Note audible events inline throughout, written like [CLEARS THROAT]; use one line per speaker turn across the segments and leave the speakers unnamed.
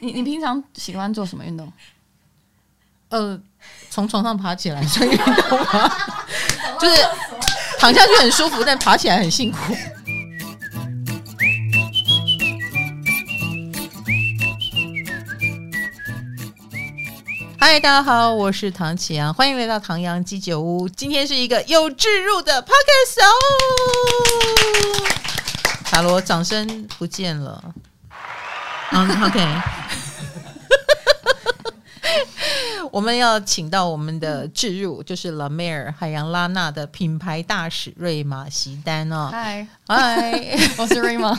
你你平常喜欢做什么运动？
呃，从床上爬起来算运动吗？ [LAUGHS] 就是躺下去很舒服，但爬起来很辛 [LAUGHS] 苦。嗨，大家好，我是唐启阳，欢迎来到唐阳鸡酒屋。今天是一个有置入的 podcast 哦。塔罗掌声不见了。嗯，OK。我们要请到我们的置入，就是拉梅尔海洋拉娜的品牌大使瑞玛席丹哦。
嗨，
嗨，
[LAUGHS] 我是 Rima。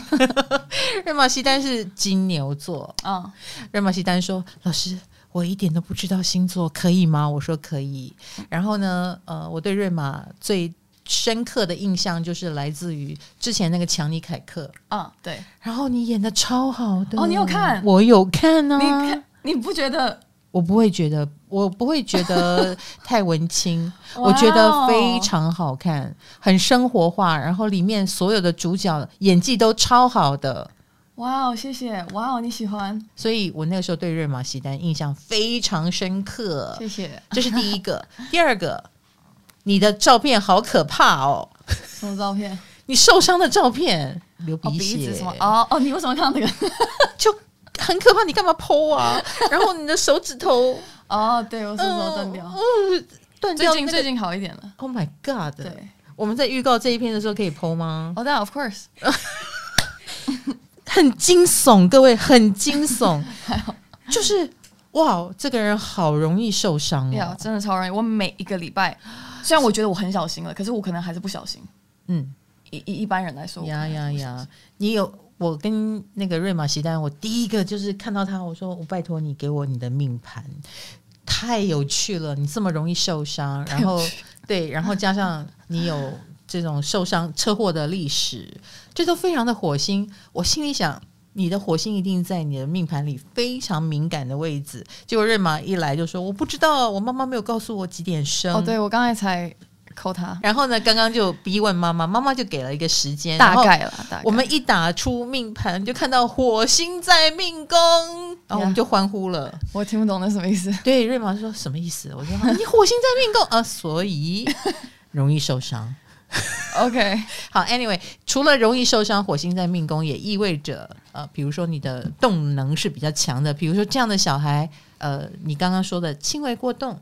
瑞玛席丹是金牛座。
嗯，
瑞玛西丹说：“老师，我一点都不知道星座，可以吗？”我说：“可以。”然后呢，呃，我对瑞玛最深刻的印象就是来自于之前那个强尼凯克，
嗯，对，
然后你演的超好的
哦你有看
我有看啊，
你看你不觉得？
我不会觉得，我不会觉
[LAUGHS]
得太文青，
哇哦
我觉得非常好看，很生活化，然后里面所有的主角演技都超好的。
哇哦，谢谢，哇哦，你喜欢，
所以我那个时候对瑞玛西丹印象非常深刻，
谢谢。
这是第一个。 [LAUGHS] 第二个，你的照片好可怕哦，
什么照片？
你受伤的照片，流
哦，
鼻血，
鼻子什么？哦哦，你为什么看到那个？
就啊很可怕。你干嘛剖 [LAUGHS] 啊？然后你的手指头，
哦，对，我是说断掉。
嗯，断
最
掉、
近
那
最
个。
近好一点了。
Oh my god！
对，
我们在预告这一篇的时候可以剖吗？
哦，但 of course，
很惊悚，各位，很惊悚， [LAUGHS] 就是哇，哦这个人好容易受伤
呀，
哦。
真的超容易。我每一个礼拜，虽然我觉得我很小心了，可是我可能还是不小心。
嗯，
以以一般人哦来说，我
呀
可能
呀
还是不小
呀
心！！
你有我跟那个瑞玛席丹，我第一个就是看到他，我说我拜托你给我你的命盘，太有趣了，你这么容易受伤，然后对，然后加上你有这种受伤车祸的历史，这都非常的火星。我心里想。你的火星一定在你的命盘里非常敏感的位置。结果瑞玛一来就说：“我不知道，我妈妈没有告诉我几点生。”
哦，对，我刚才才扣他，
然后呢，刚刚就逼问妈妈，妈妈就给了一个时间，
大
然后
概啦，大概。
我们一打出命盘，就看到火星在命宫，然后我们就欢呼了。
我听不懂那什么意思。
[LAUGHS] 对，瑞玛说什么意思？我说你火星在命宫啊，所 [LAUGHS] 以容易受伤。
OK，
好，anyway，除了容易受伤，火星在命宫也意味着呃，比如说你的动能是比较强的，比如说这样的小孩，呃，你刚刚说的轻微过动，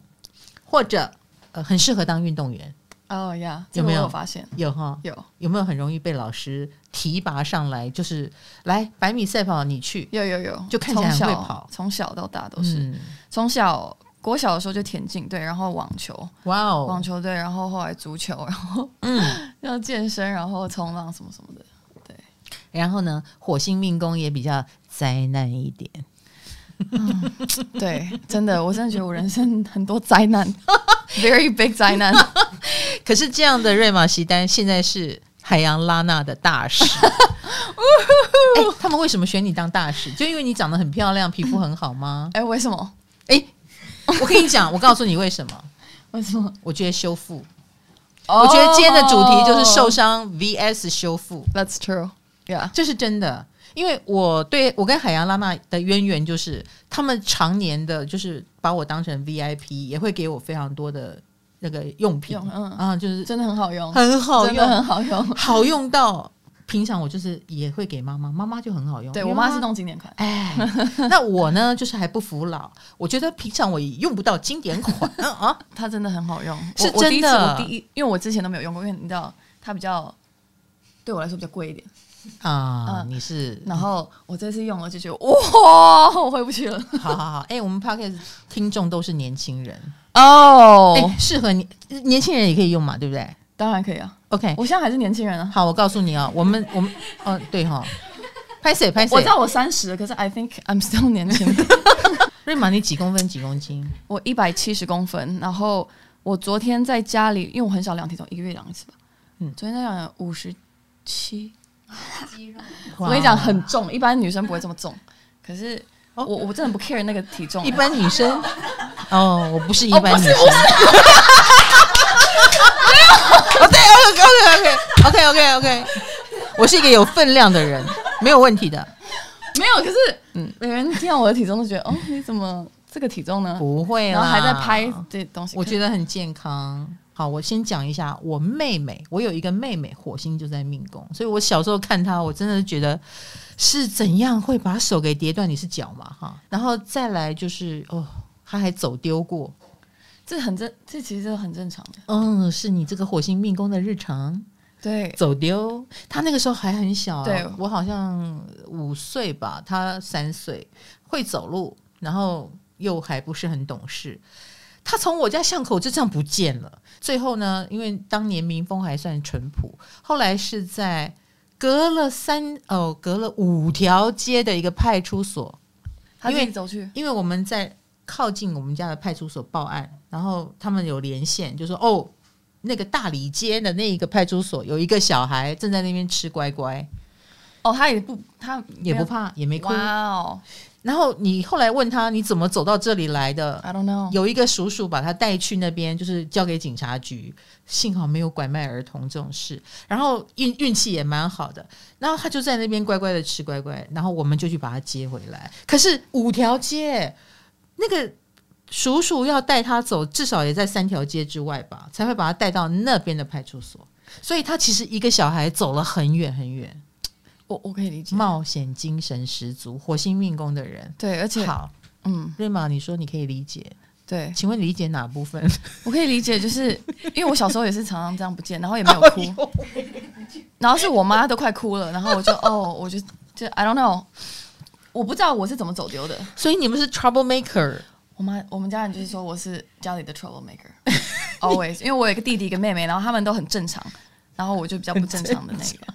或者呃，很适合当运动员，
哦呀，
有没有
这个我发现？
有哈？
有
有没有很容易被老师提拔上来？就是来百米赛跑，你去。
有有有，
就看起来很
从
会
小
跑
从小到大都是。
嗯
从小国小的时候就田径队，然后网球，
哇
网
哦，
球队，然后后来足球，然后
嗯，
[LAUGHS] 要健身，然后冲浪什么什么
[LAUGHS]
的。
然后呢，火星命宫也比较灾难一 [LAUGHS] 点，
对，真的，我真的觉得我人生很多灾难 [LAUGHS] ，very big 灾
[LAUGHS]
难。
可是这样的瑞玛西丹现在是海洋拉娜的大 [LAUGHS] 使。哎，他们为什么选你当大使？就因为你长得很漂亮，皮肤很好 [LAUGHS] 吗？
哎，为什么？
哎，我跟你讲，我告诉你为什么？
为什么？
我觉得修复，哦我觉得今天的主题就是受伤 VS 修复，
That's true. Yeah.
这是真的。因为我对我跟海洋拉娜的渊源就是，他们常年的就是把我当成 VIP，也会给我非常多的那个用品，
用嗯
啊，就是
真的很好用，
很好
真的
用，
很好用。
好用到平常我就是也会给妈妈，妈妈就很好用。
对
因为
我妈是。弄经典款，
哎， [LAUGHS] 那我呢，就是还不服老，我觉得平常我也用不到经典款啊啊，
她真的很好用，
是
我我第一
真
次
的
我第一，因为我之前都没有用过，因为你知道它比较对我来说比较贵一点。
啊
嗯
你是
然后我这次用了就觉得哇，我回不去了。
好好好，哎、我们 podcast 听众都是年轻人，
哦
哎、适合你年轻人也可以用嘛，对不对
当然可以啊，
？OK，
我现在还是年轻人啊。
好，我告诉你啊、我们我们哦，对哈、拍谁哎拍谁？
我知道我三十，可是 I think I'm still [LAUGHS] 年轻。
瑞玛，你几公分几公斤？
我一百七十公分，然后我昨天在家里，因为我很少量体重，一个月量一次吧。
嗯
嗯，昨天在量五十七，
哇
我跟你讲很重，一般女生不会这么重。可是
哦
我我真的不 care 那个体重、
一般女
[LAUGHS]
生哦，我不是一般
哦不
女
是
生。 [LAUGHS] 哦，对，OK OK OK OK OK OK，我是一个有分量的人，没有问题的。
没有，可是嗯，每个人听到我的体重都觉得，哦，你怎么这个体重呢？
不会啦，
然后还在拍这东西，
我觉得很健康。好，我先讲一下我妹妹，我有一个妹妹，火星就在命宫，所以我小时候看她，我真的觉得是怎样会把手给跌断？你是脚嘛哈，然后再来就是哦，她还走丢过，
这很正，这其实很正常的。
嗯，是你这个火星命宫的日常
对，
走丢。她那个时候还很小、啊，
对
我好像五岁吧，她三岁，会走路，然后又还不是很懂事。她从我家巷口就这样不见了。最后呢，因为当年民风还算淳朴，后来是在隔了三哦，隔了五条街的一个派出所
他自
因
己
为
走去，
因为我们在靠近我们家的派出所报案，然后他们有连线，就说哦，那个大理街的那一个派出所有一个小孩正在那边吃乖乖，
哦，他也不，他
也不怕，也没哭。
哇哦
然后你后来问他你怎么走到这里来的，
，I don't know，
有一个叔叔把他带去那边，就是交给警察局。幸好没有拐卖儿童这种事，然后运运气也蛮好的。然后他就在那边乖乖的吃乖乖，然后我们就去把他接回来。可是五条街那个。叔叔要带他走，至少也在三条街之外吧，才会把他带到那边的派出所。所以他其实一个小孩走了很远很远，
我我可以理解。
冒险精神十足，火星命宫的人。
对，而且
好，
嗯，
瑞玛，你说你可以理解，
对
请问你理解哪部分？
我可以理解，就是因为我小时候也是常常这样不见，然后也没有
[LAUGHS] 哎
哭，然后是我妈都快哭了，然后我就哦，我就就 I don't know，我不知道我是怎么走丢的。
所以你们是 trouble maker，
我妈我们家人就是说我是家里的 trouble [LAUGHS] maker，always，因为我有一个弟弟一个妹妹，然后他们都很正常，然后我就比较不正常的那个。
[LAUGHS]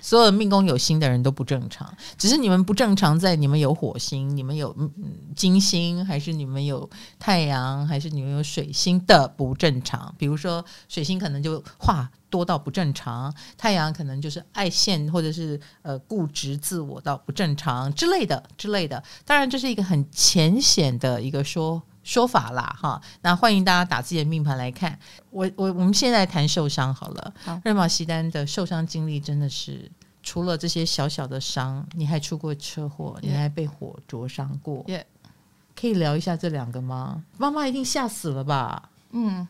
所有命宫有星的人都不正常，只是你们不正常在你们有火星，你们有嗯嗯金星，还是你们有太阳，还是你们有水星的不正常？比如说水星可能就话多到不正常，太阳可能就是爱现或者是呃固执自我到不正常之类的之类的。当然，这是一个很浅显的一个说。说法啦，哈，那欢迎大家打自己的命盘来看。我我我们现在谈受伤好了。
好
瑞玛西丹的受伤经历真的是除了这些小小的伤，你还出过车祸，
Yeah
你还被火灼伤过。
Yeah
可以聊一下这两个吗？妈妈一定吓死了吧？
嗯，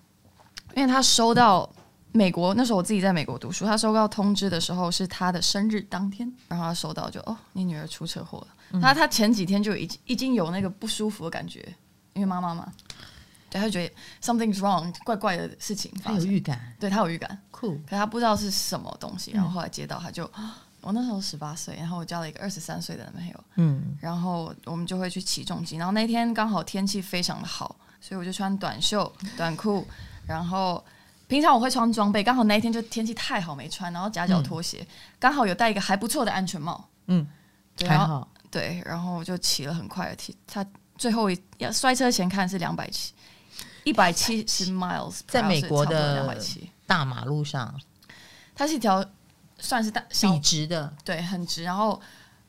因为他收到美国那时候我自己在美国读书，他收到通知的时候是他的生日当天，然后他收到就哦，你女儿出车祸了。他他前几天就已经已经有那个不舒服的感觉，因为妈妈嘛，对，他就觉得 something's wrong，怪怪的事情
她
发
有
生，
预感，
对他有预感，
酷。
可他不知道是什么东
嗯
西，然后后来接到他就，哦我那时候十八岁，然后我交了一个二十三岁的男朋友，
嗯，
然后我们就会去起重机，然后那天刚好天气非常的好，所以我就穿短
[LAUGHS]
袖、短裤，然后平常我会穿装备，刚好那一天就天气太好没穿，然后夹脚拖鞋，刚好有戴一个还不错的安全帽，
嗯，
对，
还
然后
好。
对，然后我就骑了很快的骑，他最后一要摔车前看是两百七，一百七十 miles，
在美国的
两百七，
大马路上
它是一条算是大小
笔直的，
对，很直，然后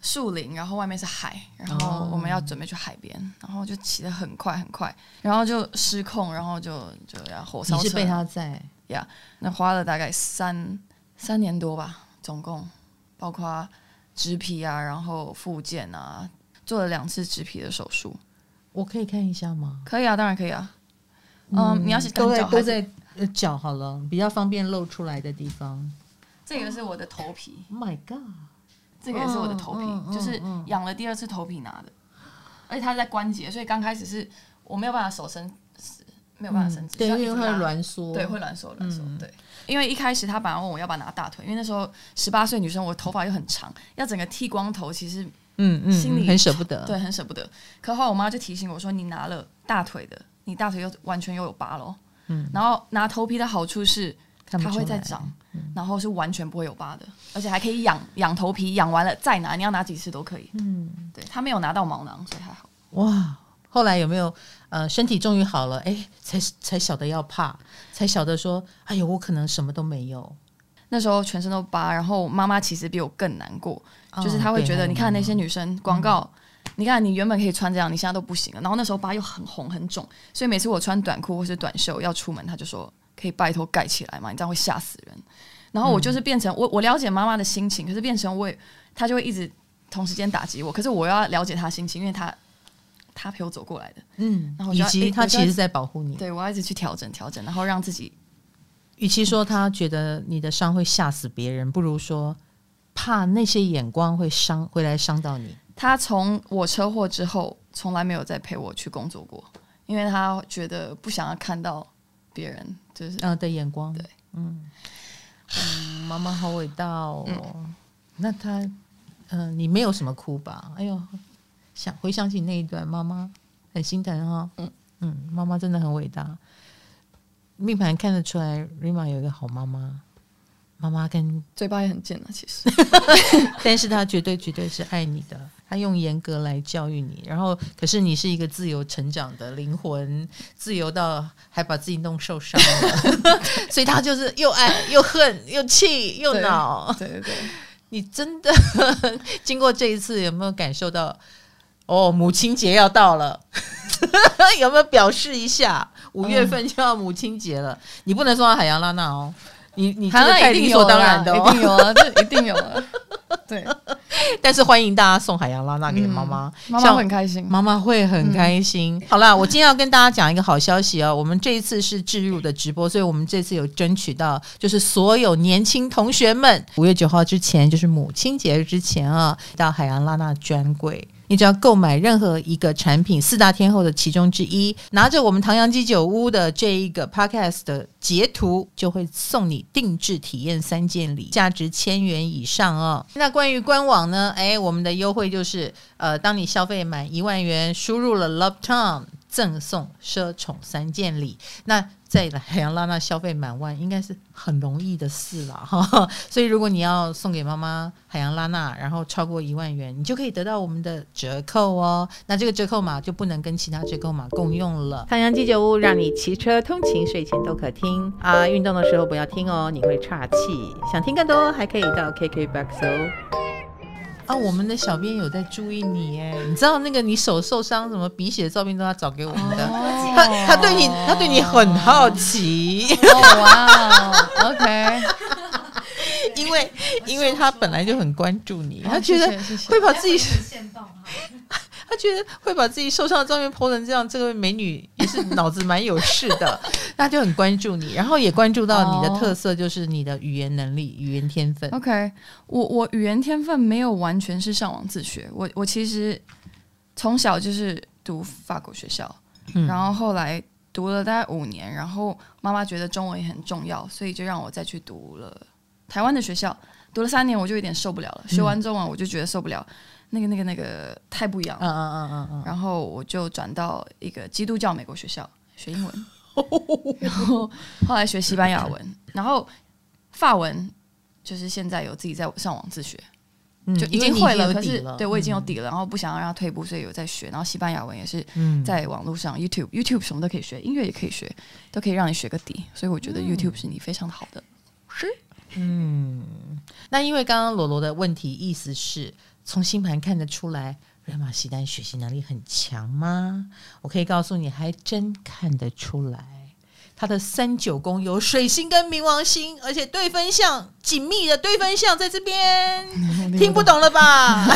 树林，然后外面是海，然后
哦
我们要准备去海边，然后就骑得很快很快，然后就失控，然后就就要火
你
烧车，
是被他在
那花了大概三三年多吧，总共包括植皮啊，然后复健啊，做了两次植皮的手术，
我可以看一下吗？
可以啊，当然可以啊，嗯，你要是
都
单
在
脚
都
还是
在呃脚好了，比较方便露出来的地方。
这个是我的头皮，
Oh my god！
这个也是我的头皮，
嗯嗯嗯
就是养了第二次头皮拿的，而且它是在关节，所以刚开始是我没有办法手伸，是没有办法伸直，
嗯对，
需要一
因
直
为会
拉，
挛缩。嗯
对，会挛缩挛缩，对。因为一开始他本来问我要不要拿大腿，因为那时候十八岁女生，我头发又很长，要整个剃光头，其实
嗯嗯，
心里
嗯很舍不得。
对很舍不得。可后来我妈就提醒我说，你拿了大腿的，你大腿又完全又有疤了。嗯，然后拿头皮的好处是
看不
它
出
会再
来
长，然后是完全不会有疤的，而且还可以养养头皮，养完了再拿，你要拿几次都可以。嗯，对，他没有拿到毛囊，所以还好。
哇！后来有没有呃，身体终于好了，哎，才才晓得要怕，才晓得说，哎呦，我可能什么都没有，
那时候全身都疤，然后妈妈其实比我更难过，哦
嗯
就是她会觉得，你看那些女生广告，你看你原本可以穿这样，你现在都不行了。然后那时候疤又很红很肿，所以每次我穿短裤或是短袖要出门，她就说可以拜托盖起来嘛，你这样会
嗯
吓死人。然后我就是变成我我了解妈妈的心情，可是变成我也她就会一直同时间打击我，可是我要了解他心情，因为他他陪我走过来的，
嗯
然后，我
以
就要
及
诶
他
我就
其
要
实在保护你。
对我要一直去调整调整，然后让自己
与其说他觉得你的伤会吓死别人，不如说怕那些眼光会伤，回来伤到你。
他从我车祸之后，从来没有再陪我去工作过，因为他觉得不想要看到别人，就是
呃的眼光。
对，
嗯，嗯妈妈好伟大哦。那她，嗯、你没有什么哭吧？哎呦，想回想起那一段，妈妈很心疼哈、哦。嗯嗯，妈妈真的很伟大。命盘看得出来，Rima 有一个好妈妈，妈妈跟，
嘴巴也很贱啊，其实
[LAUGHS] 但是她绝对绝对是爱你的，她用严格来教育你，然后可是你是一个自由成长的灵魂，自由到还把自己弄受伤了， [LAUGHS] 所以她就是又爱又恨又气又
对
恼，
[LAUGHS] 对对对，
你真的经过这一次，有没有感受到？哦，母亲节要到了， [LAUGHS] 有没有表示一下？五月份就要母亲节了，你不能送到海洋拉娜哦，你你这
好
个
像
太
一定
理
有
所
啦
当然的
一
哦。
定有啊，这一定有啊，对，
但是欢迎大家送海洋拉娜给妈妈，
妈嗯妈
像
会嗯很开心。
妈妈会很开心。好啦，我今天要跟大家讲一个好消息哦，我们这一次是置入的直播，所以我们这次有争取到，就是所有年轻同学们，五月九号之前，就是母亲节之前啊，到海洋拉娜专柜。你只要购买任何一个产品，四大天后的其中之一，拿着我们唐扬鸡酒屋的这一个 podcast 的截图，就会送你定制体验三件礼，价值千元以上哦。那关于官网呢？哎，我们的优惠就是呃，当你消费满一万元，输入了 Love Tom，赠送奢宠三件礼。那在海洋拉娜消费满万，应该是很容易的事了哈。 [LAUGHS] 所以如果你要送给妈妈海洋拉娜，然后超过一万元，你就可以得到我们的折扣哦。那这个折扣码就不能跟其他折扣码共用了。太阳鸡酒屋让你骑车通勤、睡前都可听啊，运动的时候不要听哦，你会岔气。想听更多，还可以到 KKBOX 哦。啊，我们的小编有在注意你哎，你知道那个你手受伤什么鼻血的照片都要找给我们的。
哦
他他对你他对你很好
[LAUGHS]
奇，
哦哇，OK，
因为因为他本来就很关注你，他
好
觉得
哦谢谢谢谢
会把自己
现动哈，
他觉得会把自己受伤的照片 p 成这样，这位美女也是脑子蛮有事
[LAUGHS]
的，他就很关注你，然后也关注到你的
哦
特色就是你的语言能力、语言天分。
OK，我我语言天分没有完全是上网自学，我我其实从小就是读法国学校，
嗯
然后后来读了大概五年，然后妈妈觉得中文也很重要，所以就让我再去读了台湾的学校，读了三年我就有点受不了了，
嗯
学完中文我就觉得受不了，那个那个那个太不一样了，
嗯嗯嗯嗯
然后我就转到一个基督教美国学校学英
[LAUGHS]
文，然后后来学西班牙文，然后法文就是现在有自己在上网自学，
嗯，
就已
因为
经
你
会
有
了。可
底
是
了，
对我已经有
嗯
底了，然后不想要让它退步，所以有在学。然后西班牙文也是
嗯
在网络上 YouTube YouTube 什么都可以学，音乐也可以学，都可以让你学个底。所以我
嗯
觉得 YouTube 是你非常好的。是，
那因为刚刚罗罗的问题，意思是从星盘看得出来，瑞玛西丹学习能力很强吗？我可以告诉你，还真看得出来。他的三九宫有水星跟冥王星，而且对分相紧密的对分相在这边，
[LAUGHS]
嗯 [LAUGHS] 听不懂了吧？ [LAUGHS]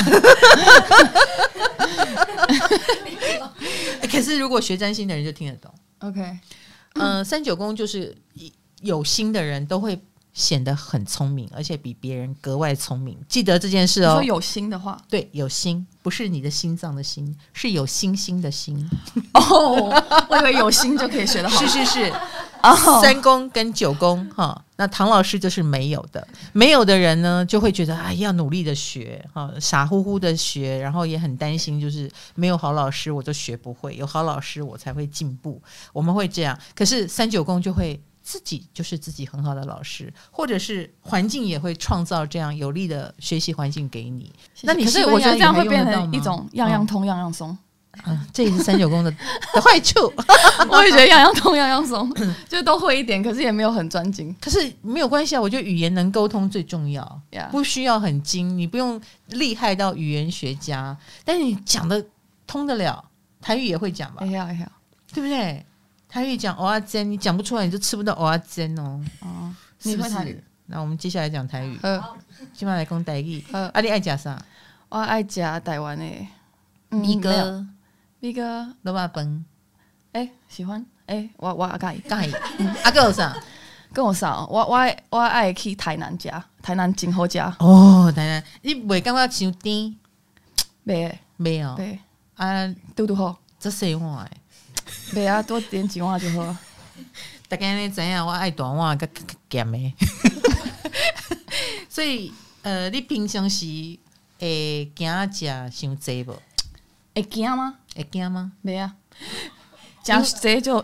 可是如果学占星的人就听得懂。
OK，
嗯，三九宫就是一有心的人都会显得很聪明，而且比别人格外聪明。记得这件事
你
哦
说。有心的话，
对，有心不是你的心脏的心，是有星星的心。
哦，我以为有心就可以学得好
[LAUGHS] 是。啊是是，
哦
三宫跟九宫哈，那唐老师就是没有的。没有的人呢，就会觉得哎，要努力的学哈，傻乎乎的学，然后也很担心，就是没有好老师我就学不会，有好老师我才会进步。我们会这样，可是三九宫就会。自己就是自己很好的老师，或者是环境也会创造这样有利的学习环境给你。那你
可是
西班牙
我觉得这样
语还
会
用
变
得到
成一
吗
种样样通样样
[LAUGHS]
松，
嗯，这也是三九宫的的坏处。
我也觉得样样通样样松， [COUGHS] 就都会一点，可是也没有很专精。
可是没有关系啊，我觉得语言能沟通最重要
Yeah
不需要很精，你不用厉害到语言学家，但是你讲的通得了，台语也会讲吧，
哎呀哎呀，
对不对？台语讲蚵仔煎，你讲不出来，你就吃不到蚵仔煎哦。
[LAUGHS] 哦，
是
你
不
会
是
台语？ [LAUGHS]
那我们接下来讲台语，
呃
今晚来讲台语。
呃，
啊，你爱讲啥？
我我爱食台湾的
咪
嗯没有
哥
米哥，
罗巴崩
[LAUGHS] 哎、喜欢哎、我我阿盖
盖阿啊哥
[LAUGHS]
有啥？
跟我上，我我爱我爱去台南食，台南真好食，
哦，当然，你袂感觉伤甜
袂
没有？
袂
啊，
拄拄好，
这谁碗诶？
袂
[LAUGHS]
啊多点几碗就好。
大家呢知影我爱大碗甲咸
[LAUGHS]
诶，所以呃，你平常时会惊食伤济无？
会惊吗？
会惊吗？
袂啊，食这就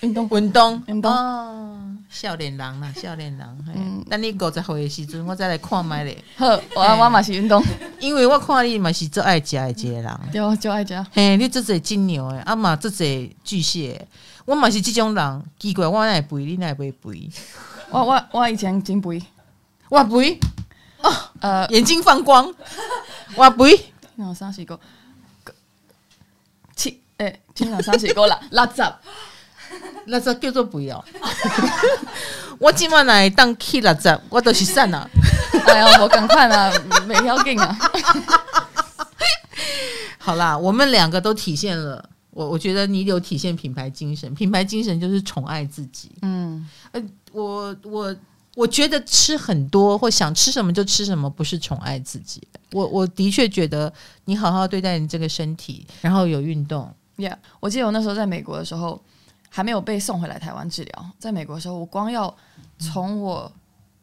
运动。
运动，
运动
哦，少年
[LAUGHS]
人啦，少年人。嘿
嗯
等你五十岁的时阵，我再来看觅咧，
好，我我嘛是运
[LAUGHS]
动，
因为我看你嘛是最爱食的一个人。
对，我就爱食。
嘿，你这侪金牛诶，啊嘛这侪巨蟹的，我嘛是即种人，奇怪，我哪会肥，你哪会肥？
我我我以前真肥，
我肥，
呃，
眼睛放
[LAUGHS]
光，我肥。
那有三十个，七诶，今年三十个啦，六十。
六十叫做肥哦。 [LAUGHS] 我今晚来当去六十，我都是瘦啊。 [LAUGHS]
哎呀，我赶快啦，袂要紧啊。
好啦，我们两个都体现了。我我觉得你有体现品牌精神，品牌精神就是宠爱自己。
嗯，
呃，我我我觉得吃很多或想吃什么就吃什么，不是宠爱自己。我我的确觉得你好好对待你这个身体，然后有运动，
Yeah，我记得我那时候在美国的时候，还没有被送回来台湾治疗。在美国的时候，我光要从我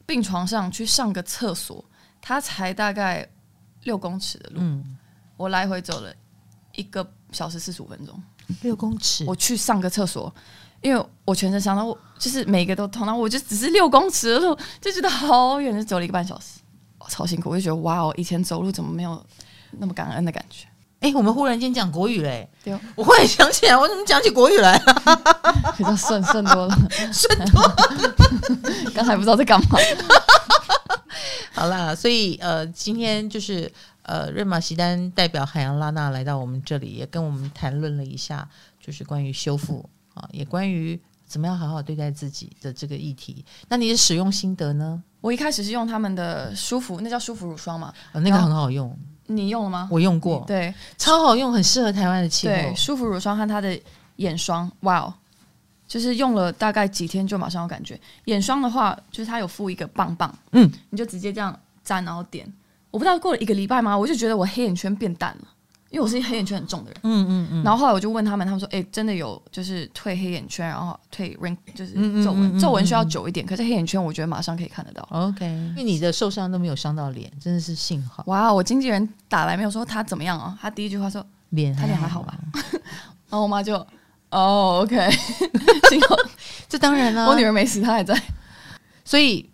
病床上去上个厕所，它才大概六公尺的路，
嗯，
我来回走了一个小时四十五分钟。
六公尺
我去上个厕所，因为我全身伤到，我就是每个都痛，然后我就只是六公尺的路，就觉得好远，就走了一个半小时，哦超辛苦。我就觉得哇哦，以前走路怎么没有那么感恩的感觉？
哎、我们忽然间讲国语嘞、
对哦，
我忽然想起来，我怎么讲起国语来了？
比较顺顺多了，
顺
[LAUGHS] 刚才不知道在干嘛。
好啦，所以呃，今天就是呃，瑞玛西丹代表海洋拉娜来到我们这里，也跟我们谈论了一下，就是关于修复啊，也关于怎么样好好对待自己的这个议题。那你的使用心得呢？
我一开始是用他们的舒肤，那叫舒肤乳霜嘛？
呃，那个
然后
很好用，
你用了吗？
我用过，
哦对
超好用，很适合台湾的气候。
对，舒肤乳霜和它的眼霜，哇哦，就是用了大概几天就马上有感觉。眼霜的话，就是它有附一个棒棒，
嗯，
你就直接这样沾，然后点。我不知道过了一个礼拜吗？我就觉得我黑眼圈变淡了，因为我是黑眼圈很重的人。
嗯嗯嗯，
然后后来我就问他们，他们说：“哎、真的有就是退黑眼圈，然后退 wrin 就是
嗯嗯
皱
嗯嗯
纹，皱纹需要
嗯
久一点，可是黑眼圈我觉得马上可以看得到。
OK，因为你的受伤都没有伤到脸，真的是幸好”
哇，哦我经纪人打来没有说他怎么样啊？他第一句话说
脸
他
还
脸还好吧？然后我妈就哦，OK，幸
[LAUGHS]
好
这当然
[LAUGHS]
啦、
我女儿没死，她还在。
所以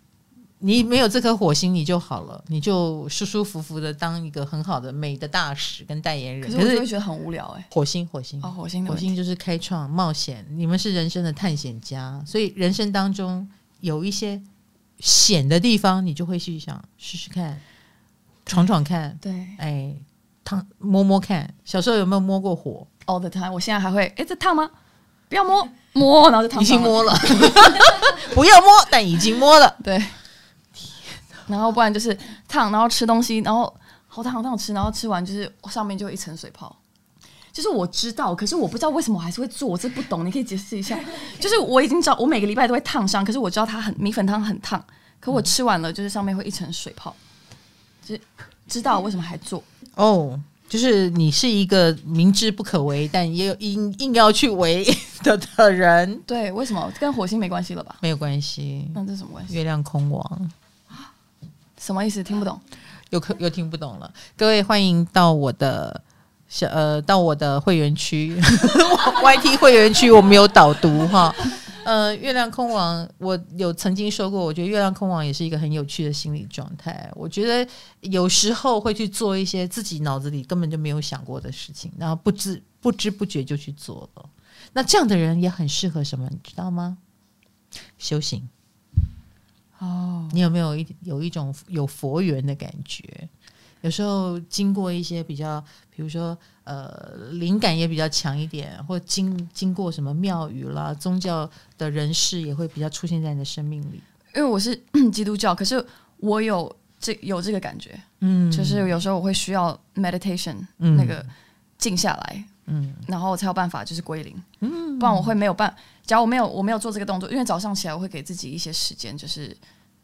你没有这颗火星，你就好了，你就舒舒服服的当一个很好的美的大使跟代言人。
可是我就会觉得很无聊哎、
火星，火星，
哦，火星的
火
问题
星就是开创冒险，你们是人生的探险家，所以人生当中有一些险的地方，你就会去想试试看，闯闯看，
对
哎，烫摸摸看。小时候有没有摸过火？
，all the time。我现在还会哎、这烫吗？不要摸摸，然后就烫
已经
伤了。[LAUGHS]
摸了，不要摸，但已经摸了。
对，然后不然就是烫，然后吃东西，然后好烫好烫吃，然后吃完就是上面就有一层水泡。就是我知道，可是我不知道为什么我还是会做，我这不懂，你可以解释一下。就是我已经知道，我每个礼拜都会烫伤，可是我知道它很米粉汤很烫，可我吃完了就是上面会一层水泡，就是知道为什么还做。
哦，就是你是一个明知不可为，但也有硬硬要去为的 [LAUGHS] 的人，
对，为什么跟火星没关系了吧？
没有关系。
那这是什么关系？
月亮空王
什么意思？听不懂。
又可又听不懂了，各位欢迎到我的小呃到我的会员区 [LAUGHS] YT 会员区，我们有导读哈。呃，月亮空王，我有曾经说过，我觉得月亮空王也是一个很有趣的心理状态。我觉得有时候会去做一些自己脑子里根本就没有想过的事情，然后不知不知不觉就去做了。那这样的人也很适合什么，你知道吗？修行。
哦，
你有没有一有一种有佛缘的感觉？有时候经过一些比较，比如说呃，灵感也比较强一点，或经经过什么庙宇啦、宗教
[CLEARS THROAT]
的人士，也会比较出现在你的生命里。
因为我是基督教，可是我有这有这个感觉，
嗯，
就是有时候我会需要 meditation、
嗯
那个静下来，
嗯
然后我才有办法就是归零，嗯，不然我会没有办。假如我没有我没有做这个动作，因为早上起来我会给自己一些时间，就是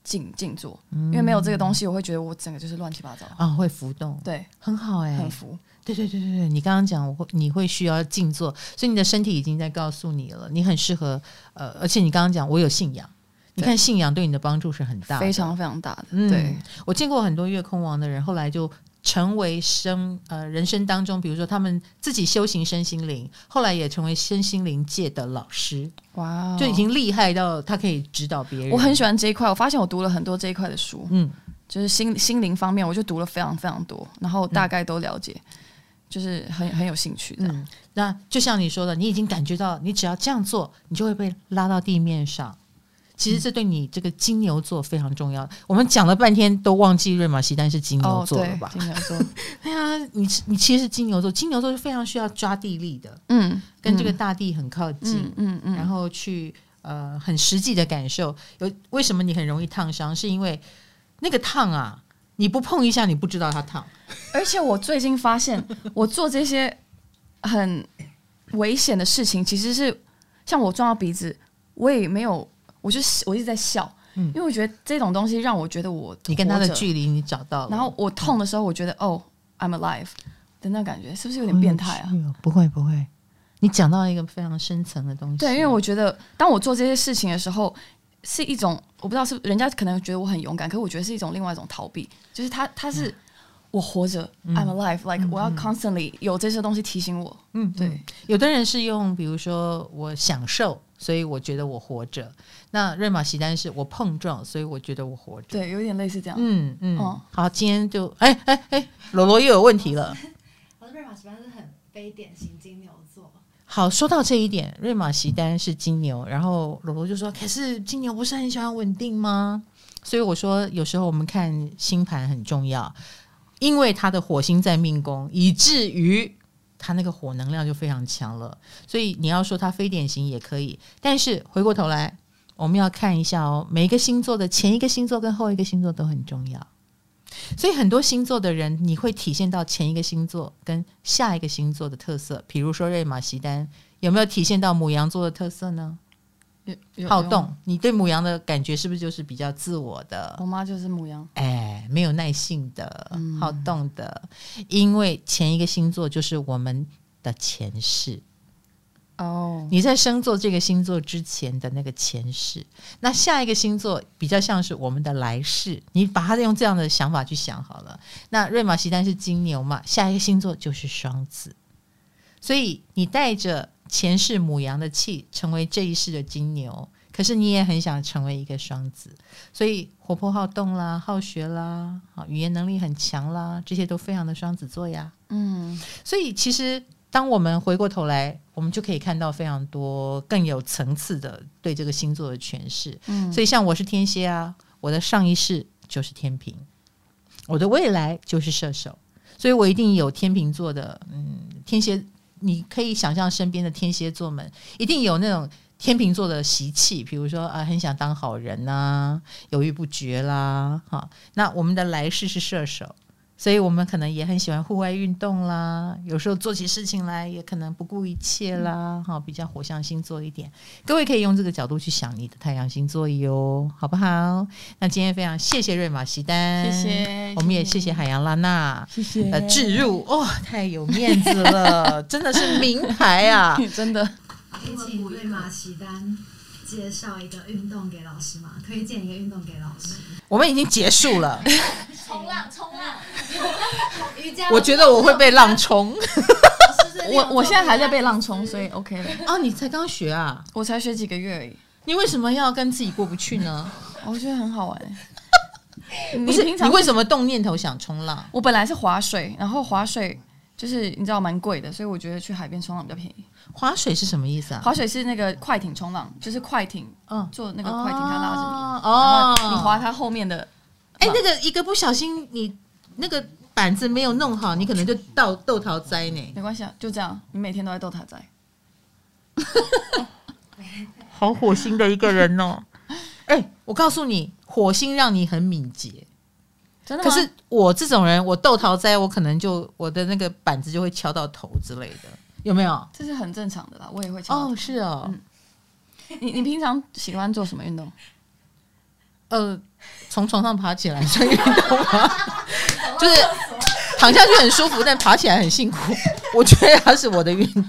静静坐，
嗯
因为没有这个东西，我会觉得我整个就是乱七八糟，
啊，会浮动，
对，
很好哎、
很浮。
对对对对对，你刚刚讲我会你会需要静坐，所以你的身体已经在告诉你了，你很适合呃，而且你刚刚讲我有信仰，你
对
看信仰对你的帮助是很大的，
非常非常大的，
嗯
对，
我见过很多月空王的人，后来就成为生呃人生当中，比如说他们自己修行身心灵，后来也成为身心灵界的老师，
哇哦
就已经厉害到他可以指导别人。
我很喜欢这一块，我发现我读了很多这一块的书，
嗯，
就是心心灵方面，我就读了非常非常多，然后大概都了解，就是很很有兴趣的。
嗯，那就像你说的，你已经感觉到，你只要这样做，你就会被拉到地面上。其实这对你这个金牛座非常
嗯
重要。我们讲了半天都忘记瑞玛西丹是金牛
哦，
座了
对，
吧？
金牛座，
对啊，你你其实是金牛座，金牛座是非常需要抓地力的，
嗯，
[LAUGHS] 跟这个大地很靠近。
嗯，嗯嗯
然后去呃很实际的感受。有为什么你很容易烫伤？是因为那个烫啊，你不碰一下你不知道它烫。
而且我最近发现，我做这些很危险的事情，其实是像我撞到鼻子，我也没有，我就我一直在笑，
嗯
因为我觉得这种东西让我觉得我
你跟它的
活着
距离你找到了，
然后我痛的时候，我觉得哦，I'm alive 的那感觉，是不是有点变态啊
好？有趣哦不会不会，你讲到一个非常深层的东西。
对，因为我觉得当我做这些事情的时候，是一种我不知道是不人家可能觉得我很勇敢，可是我觉得是一种另外一种逃避，就是他他是。我活着、i m alive，like、我要 constantly 有这些东西提醒我。
嗯，
对，
嗯有的人是用比如说我享受，所以我觉得我活着。那瑞玛西丹是我碰撞，所以我觉得我活着。
对，有点类似这样。
嗯嗯，
哦
好，今天就哎哎哎，罗罗又有问题了。
我哦是瑞玛，喜欢是很非典型金牛座，
好，说到这一点，瑞玛席丹是金牛，然后罗罗就说：“可是金牛不是很喜欢稳定吗？”所以我说，有时候我们看星盘很重要，因为他的火星在命宫，以至于他那个火能量就非常强了。所以你要说他非典型也可以，但是回过头来，我们要看一下哦，每一个星座的前一个星座跟后一个星座都很重要。所以很多星座的人，你会体现到前一个星座跟下一个星座的特色。比如说瑞玛席丹，有没有体现到母羊座的特色呢？
有有
好
有
动，你对母羊的感觉是不是就是比较自我的？
我妈就是母羊，
哎，没有耐性的，
嗯
好动的，因为前一个星座就是我们的前世。
哦，
你在生做这个星座之前的那个前世，那下一个星座比较像是我们的来世，你把它用这样的想法去想好了。那瑞玛西丹是金牛嘛，下一个星座就是双子，所以你带着前世母羊的气，成为这一世的金牛，可是你也很想成为一个双子，所以活泼好动啦，好学啦，好语言能力很强啦，这些都非常的双子座呀。
嗯，
所以其实当我们回过头来，我们就可以看到非常多更有层次的对这个星座的诠释。
嗯
所以像我是天蝎啊，我的上一世就是天平，我的未来就是射手，所以我一定有天平座的，嗯，天蝎。你可以想象身边的天蝎座们一定有那种天秤座的习气，比如说啊，很想当好人呐、犹豫不决啦，哈。那我们的来世是射手，所以我们可能也很喜欢户外运动啦，有时候做起事情来也可能不顾一切啦，哈，比较火象星座一点。各位可以用这个角度去想你的太阳星座哟，好不好？那今天非常谢谢瑞玛西丹，
谢谢
我们也谢谢海洋拉娜。
谢谢
呃，置入哦，太有面子 [LAUGHS] 了，真的是名牌啊！
[LAUGHS] 真的
可以请瑞玛喜丹介绍一个运动给老师吗？推荐一个运动给老师。
我们已经结束了，
冲浪，冲浪，
[LAUGHS] 瑜伽，
我觉得我会被浪冲。
老师最厉害
我我现在还在 [LAUGHS]
啊
被浪冲，所以 OK 了。
[LAUGHS] 哦，你才刚学啊？
我才学几个月而已，
你为什么要跟自己过不去呢？
我觉得很好玩
[LAUGHS]
欸、
不
你
是，
平
你
常
为什么动念头想冲浪？
我本来是划水，然后划水就是你知道蛮贵的，所以我觉得去海边冲浪比较便宜。
划水是什么意思啊？
划水是那个快艇冲浪，就是快艇
嗯，
坐那个快艇，它拉着你，
哦
然，后你划。它后面的，
哎，那个一个不小心，你那个板子没有弄好，你可能就倒豆桃栽呢。
没关系啊，就这样，你每天都在逗它在。
好火星 [LAUGHS] 的一个人哦。哎，我告诉你，火星让你很敏捷。
真的
可
吗？
是我这种人，我豆桃灾，我可能就我的那个板子就会敲到头之类的，有没有？
这是很正常的啦，我也会敲。
哦，是哦，
嗯你你平常喜欢做什么运动？ [LAUGHS]
呃，从床上爬起来算运动吗？
[LAUGHS]
就是躺下去很舒服，但爬起来很辛苦。 [LAUGHS] 我觉得它是我的运动。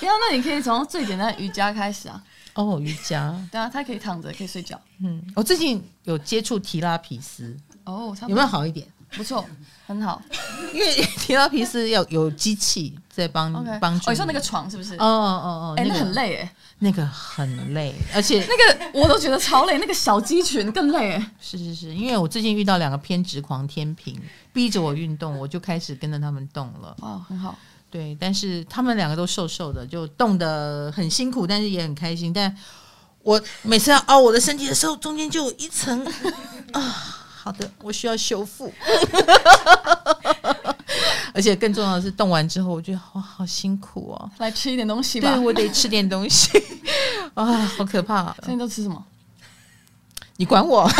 不要，那你可以从最简单的瑜伽开始啊。
哦，瑜伽，
对啊，它可以躺着，可以睡觉。
嗯，我最近有接触提拉皮斯，
哦，差不多
有没有好一点？
不错，很好。
因为提拉皮斯要有机器在帮
OK，
嗯帮
哦，
助。
你说那个？床是不是？
哦哦哦，
哎、
那
那
个
很，累哎、
那个很累，而且
那个我都觉得超累，那个小鸡群更累哎、
是是是，因为我最近遇到两个偏执狂天平，逼着我运动，我就开始跟着他们动了。
哇，很好，
对，但是他们两个都瘦瘦的，就动得很辛苦，但是也很开心。但我每次要凹我的身体的时候，中间就有一层 [LAUGHS] 啊，好的，我需要修复。 [LAUGHS] 而且更重要的是，动完之后，我觉得哇，好辛苦哦。
来吃一点东西吧
对，。我得吃点东西 [LAUGHS] 啊，好可怕、
现在都吃什么？
你管我？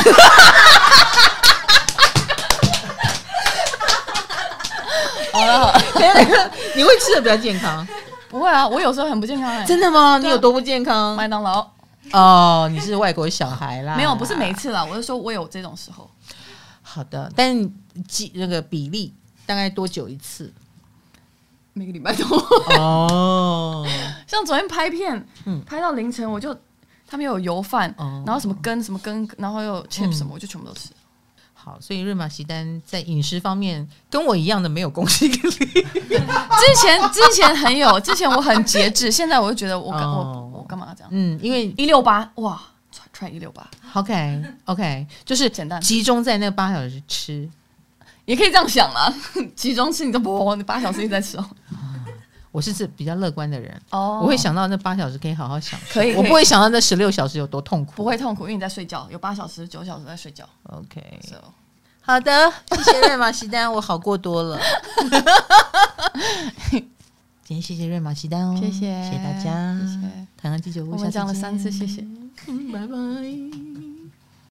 好了好
哦 [LAUGHS]
了，
你会吃的比较健康，
不会啊，我有时候很不健康哎、
真的吗？你
对啊
有多不健康？
麦当劳
哦，你是外国小孩啦？
没有，不是每一次啦，我是说我有这种时候，
好的，但几那个比例大概多久一次？
每个礼
[LAUGHS]
拜都。
哦，
像昨天拍片，
嗯
拍到凌晨，我就他们有油饭，
哦嗯
然后什么根什么根，然后又有 chip 什么，我就全部都吃。
好，所以瑞玛西丹在饮食方面跟我一样的没有公信力。
之前之前很有，之前我很节
[LAUGHS]
制，现在我就觉得我干、
哦
我我干嘛这样？
嗯，因为
一六八哇，try try 一六八，
OK OK，就是
简单
集中在那八小时吃。
也可以这样想啦。 [LAUGHS] 集中吃你都不，你八小时一直在吃哦。
我是指比较乐观的人，
哦
我会想到那八小时可以好好享受，
可以
我
可以
不会想到那十六小时有多痛苦。
不会痛苦，因为你在睡觉，有八小时九小时在睡觉。
OK，
So
好的，谢谢瑞玛西丹，我好过多了。 [LAUGHS] 今天谢谢瑞玛西丹哦，
谢谢
谢谢大家，
谢谢
台湾记者，
我们讲了三次，谢谢。
嗯，拜拜。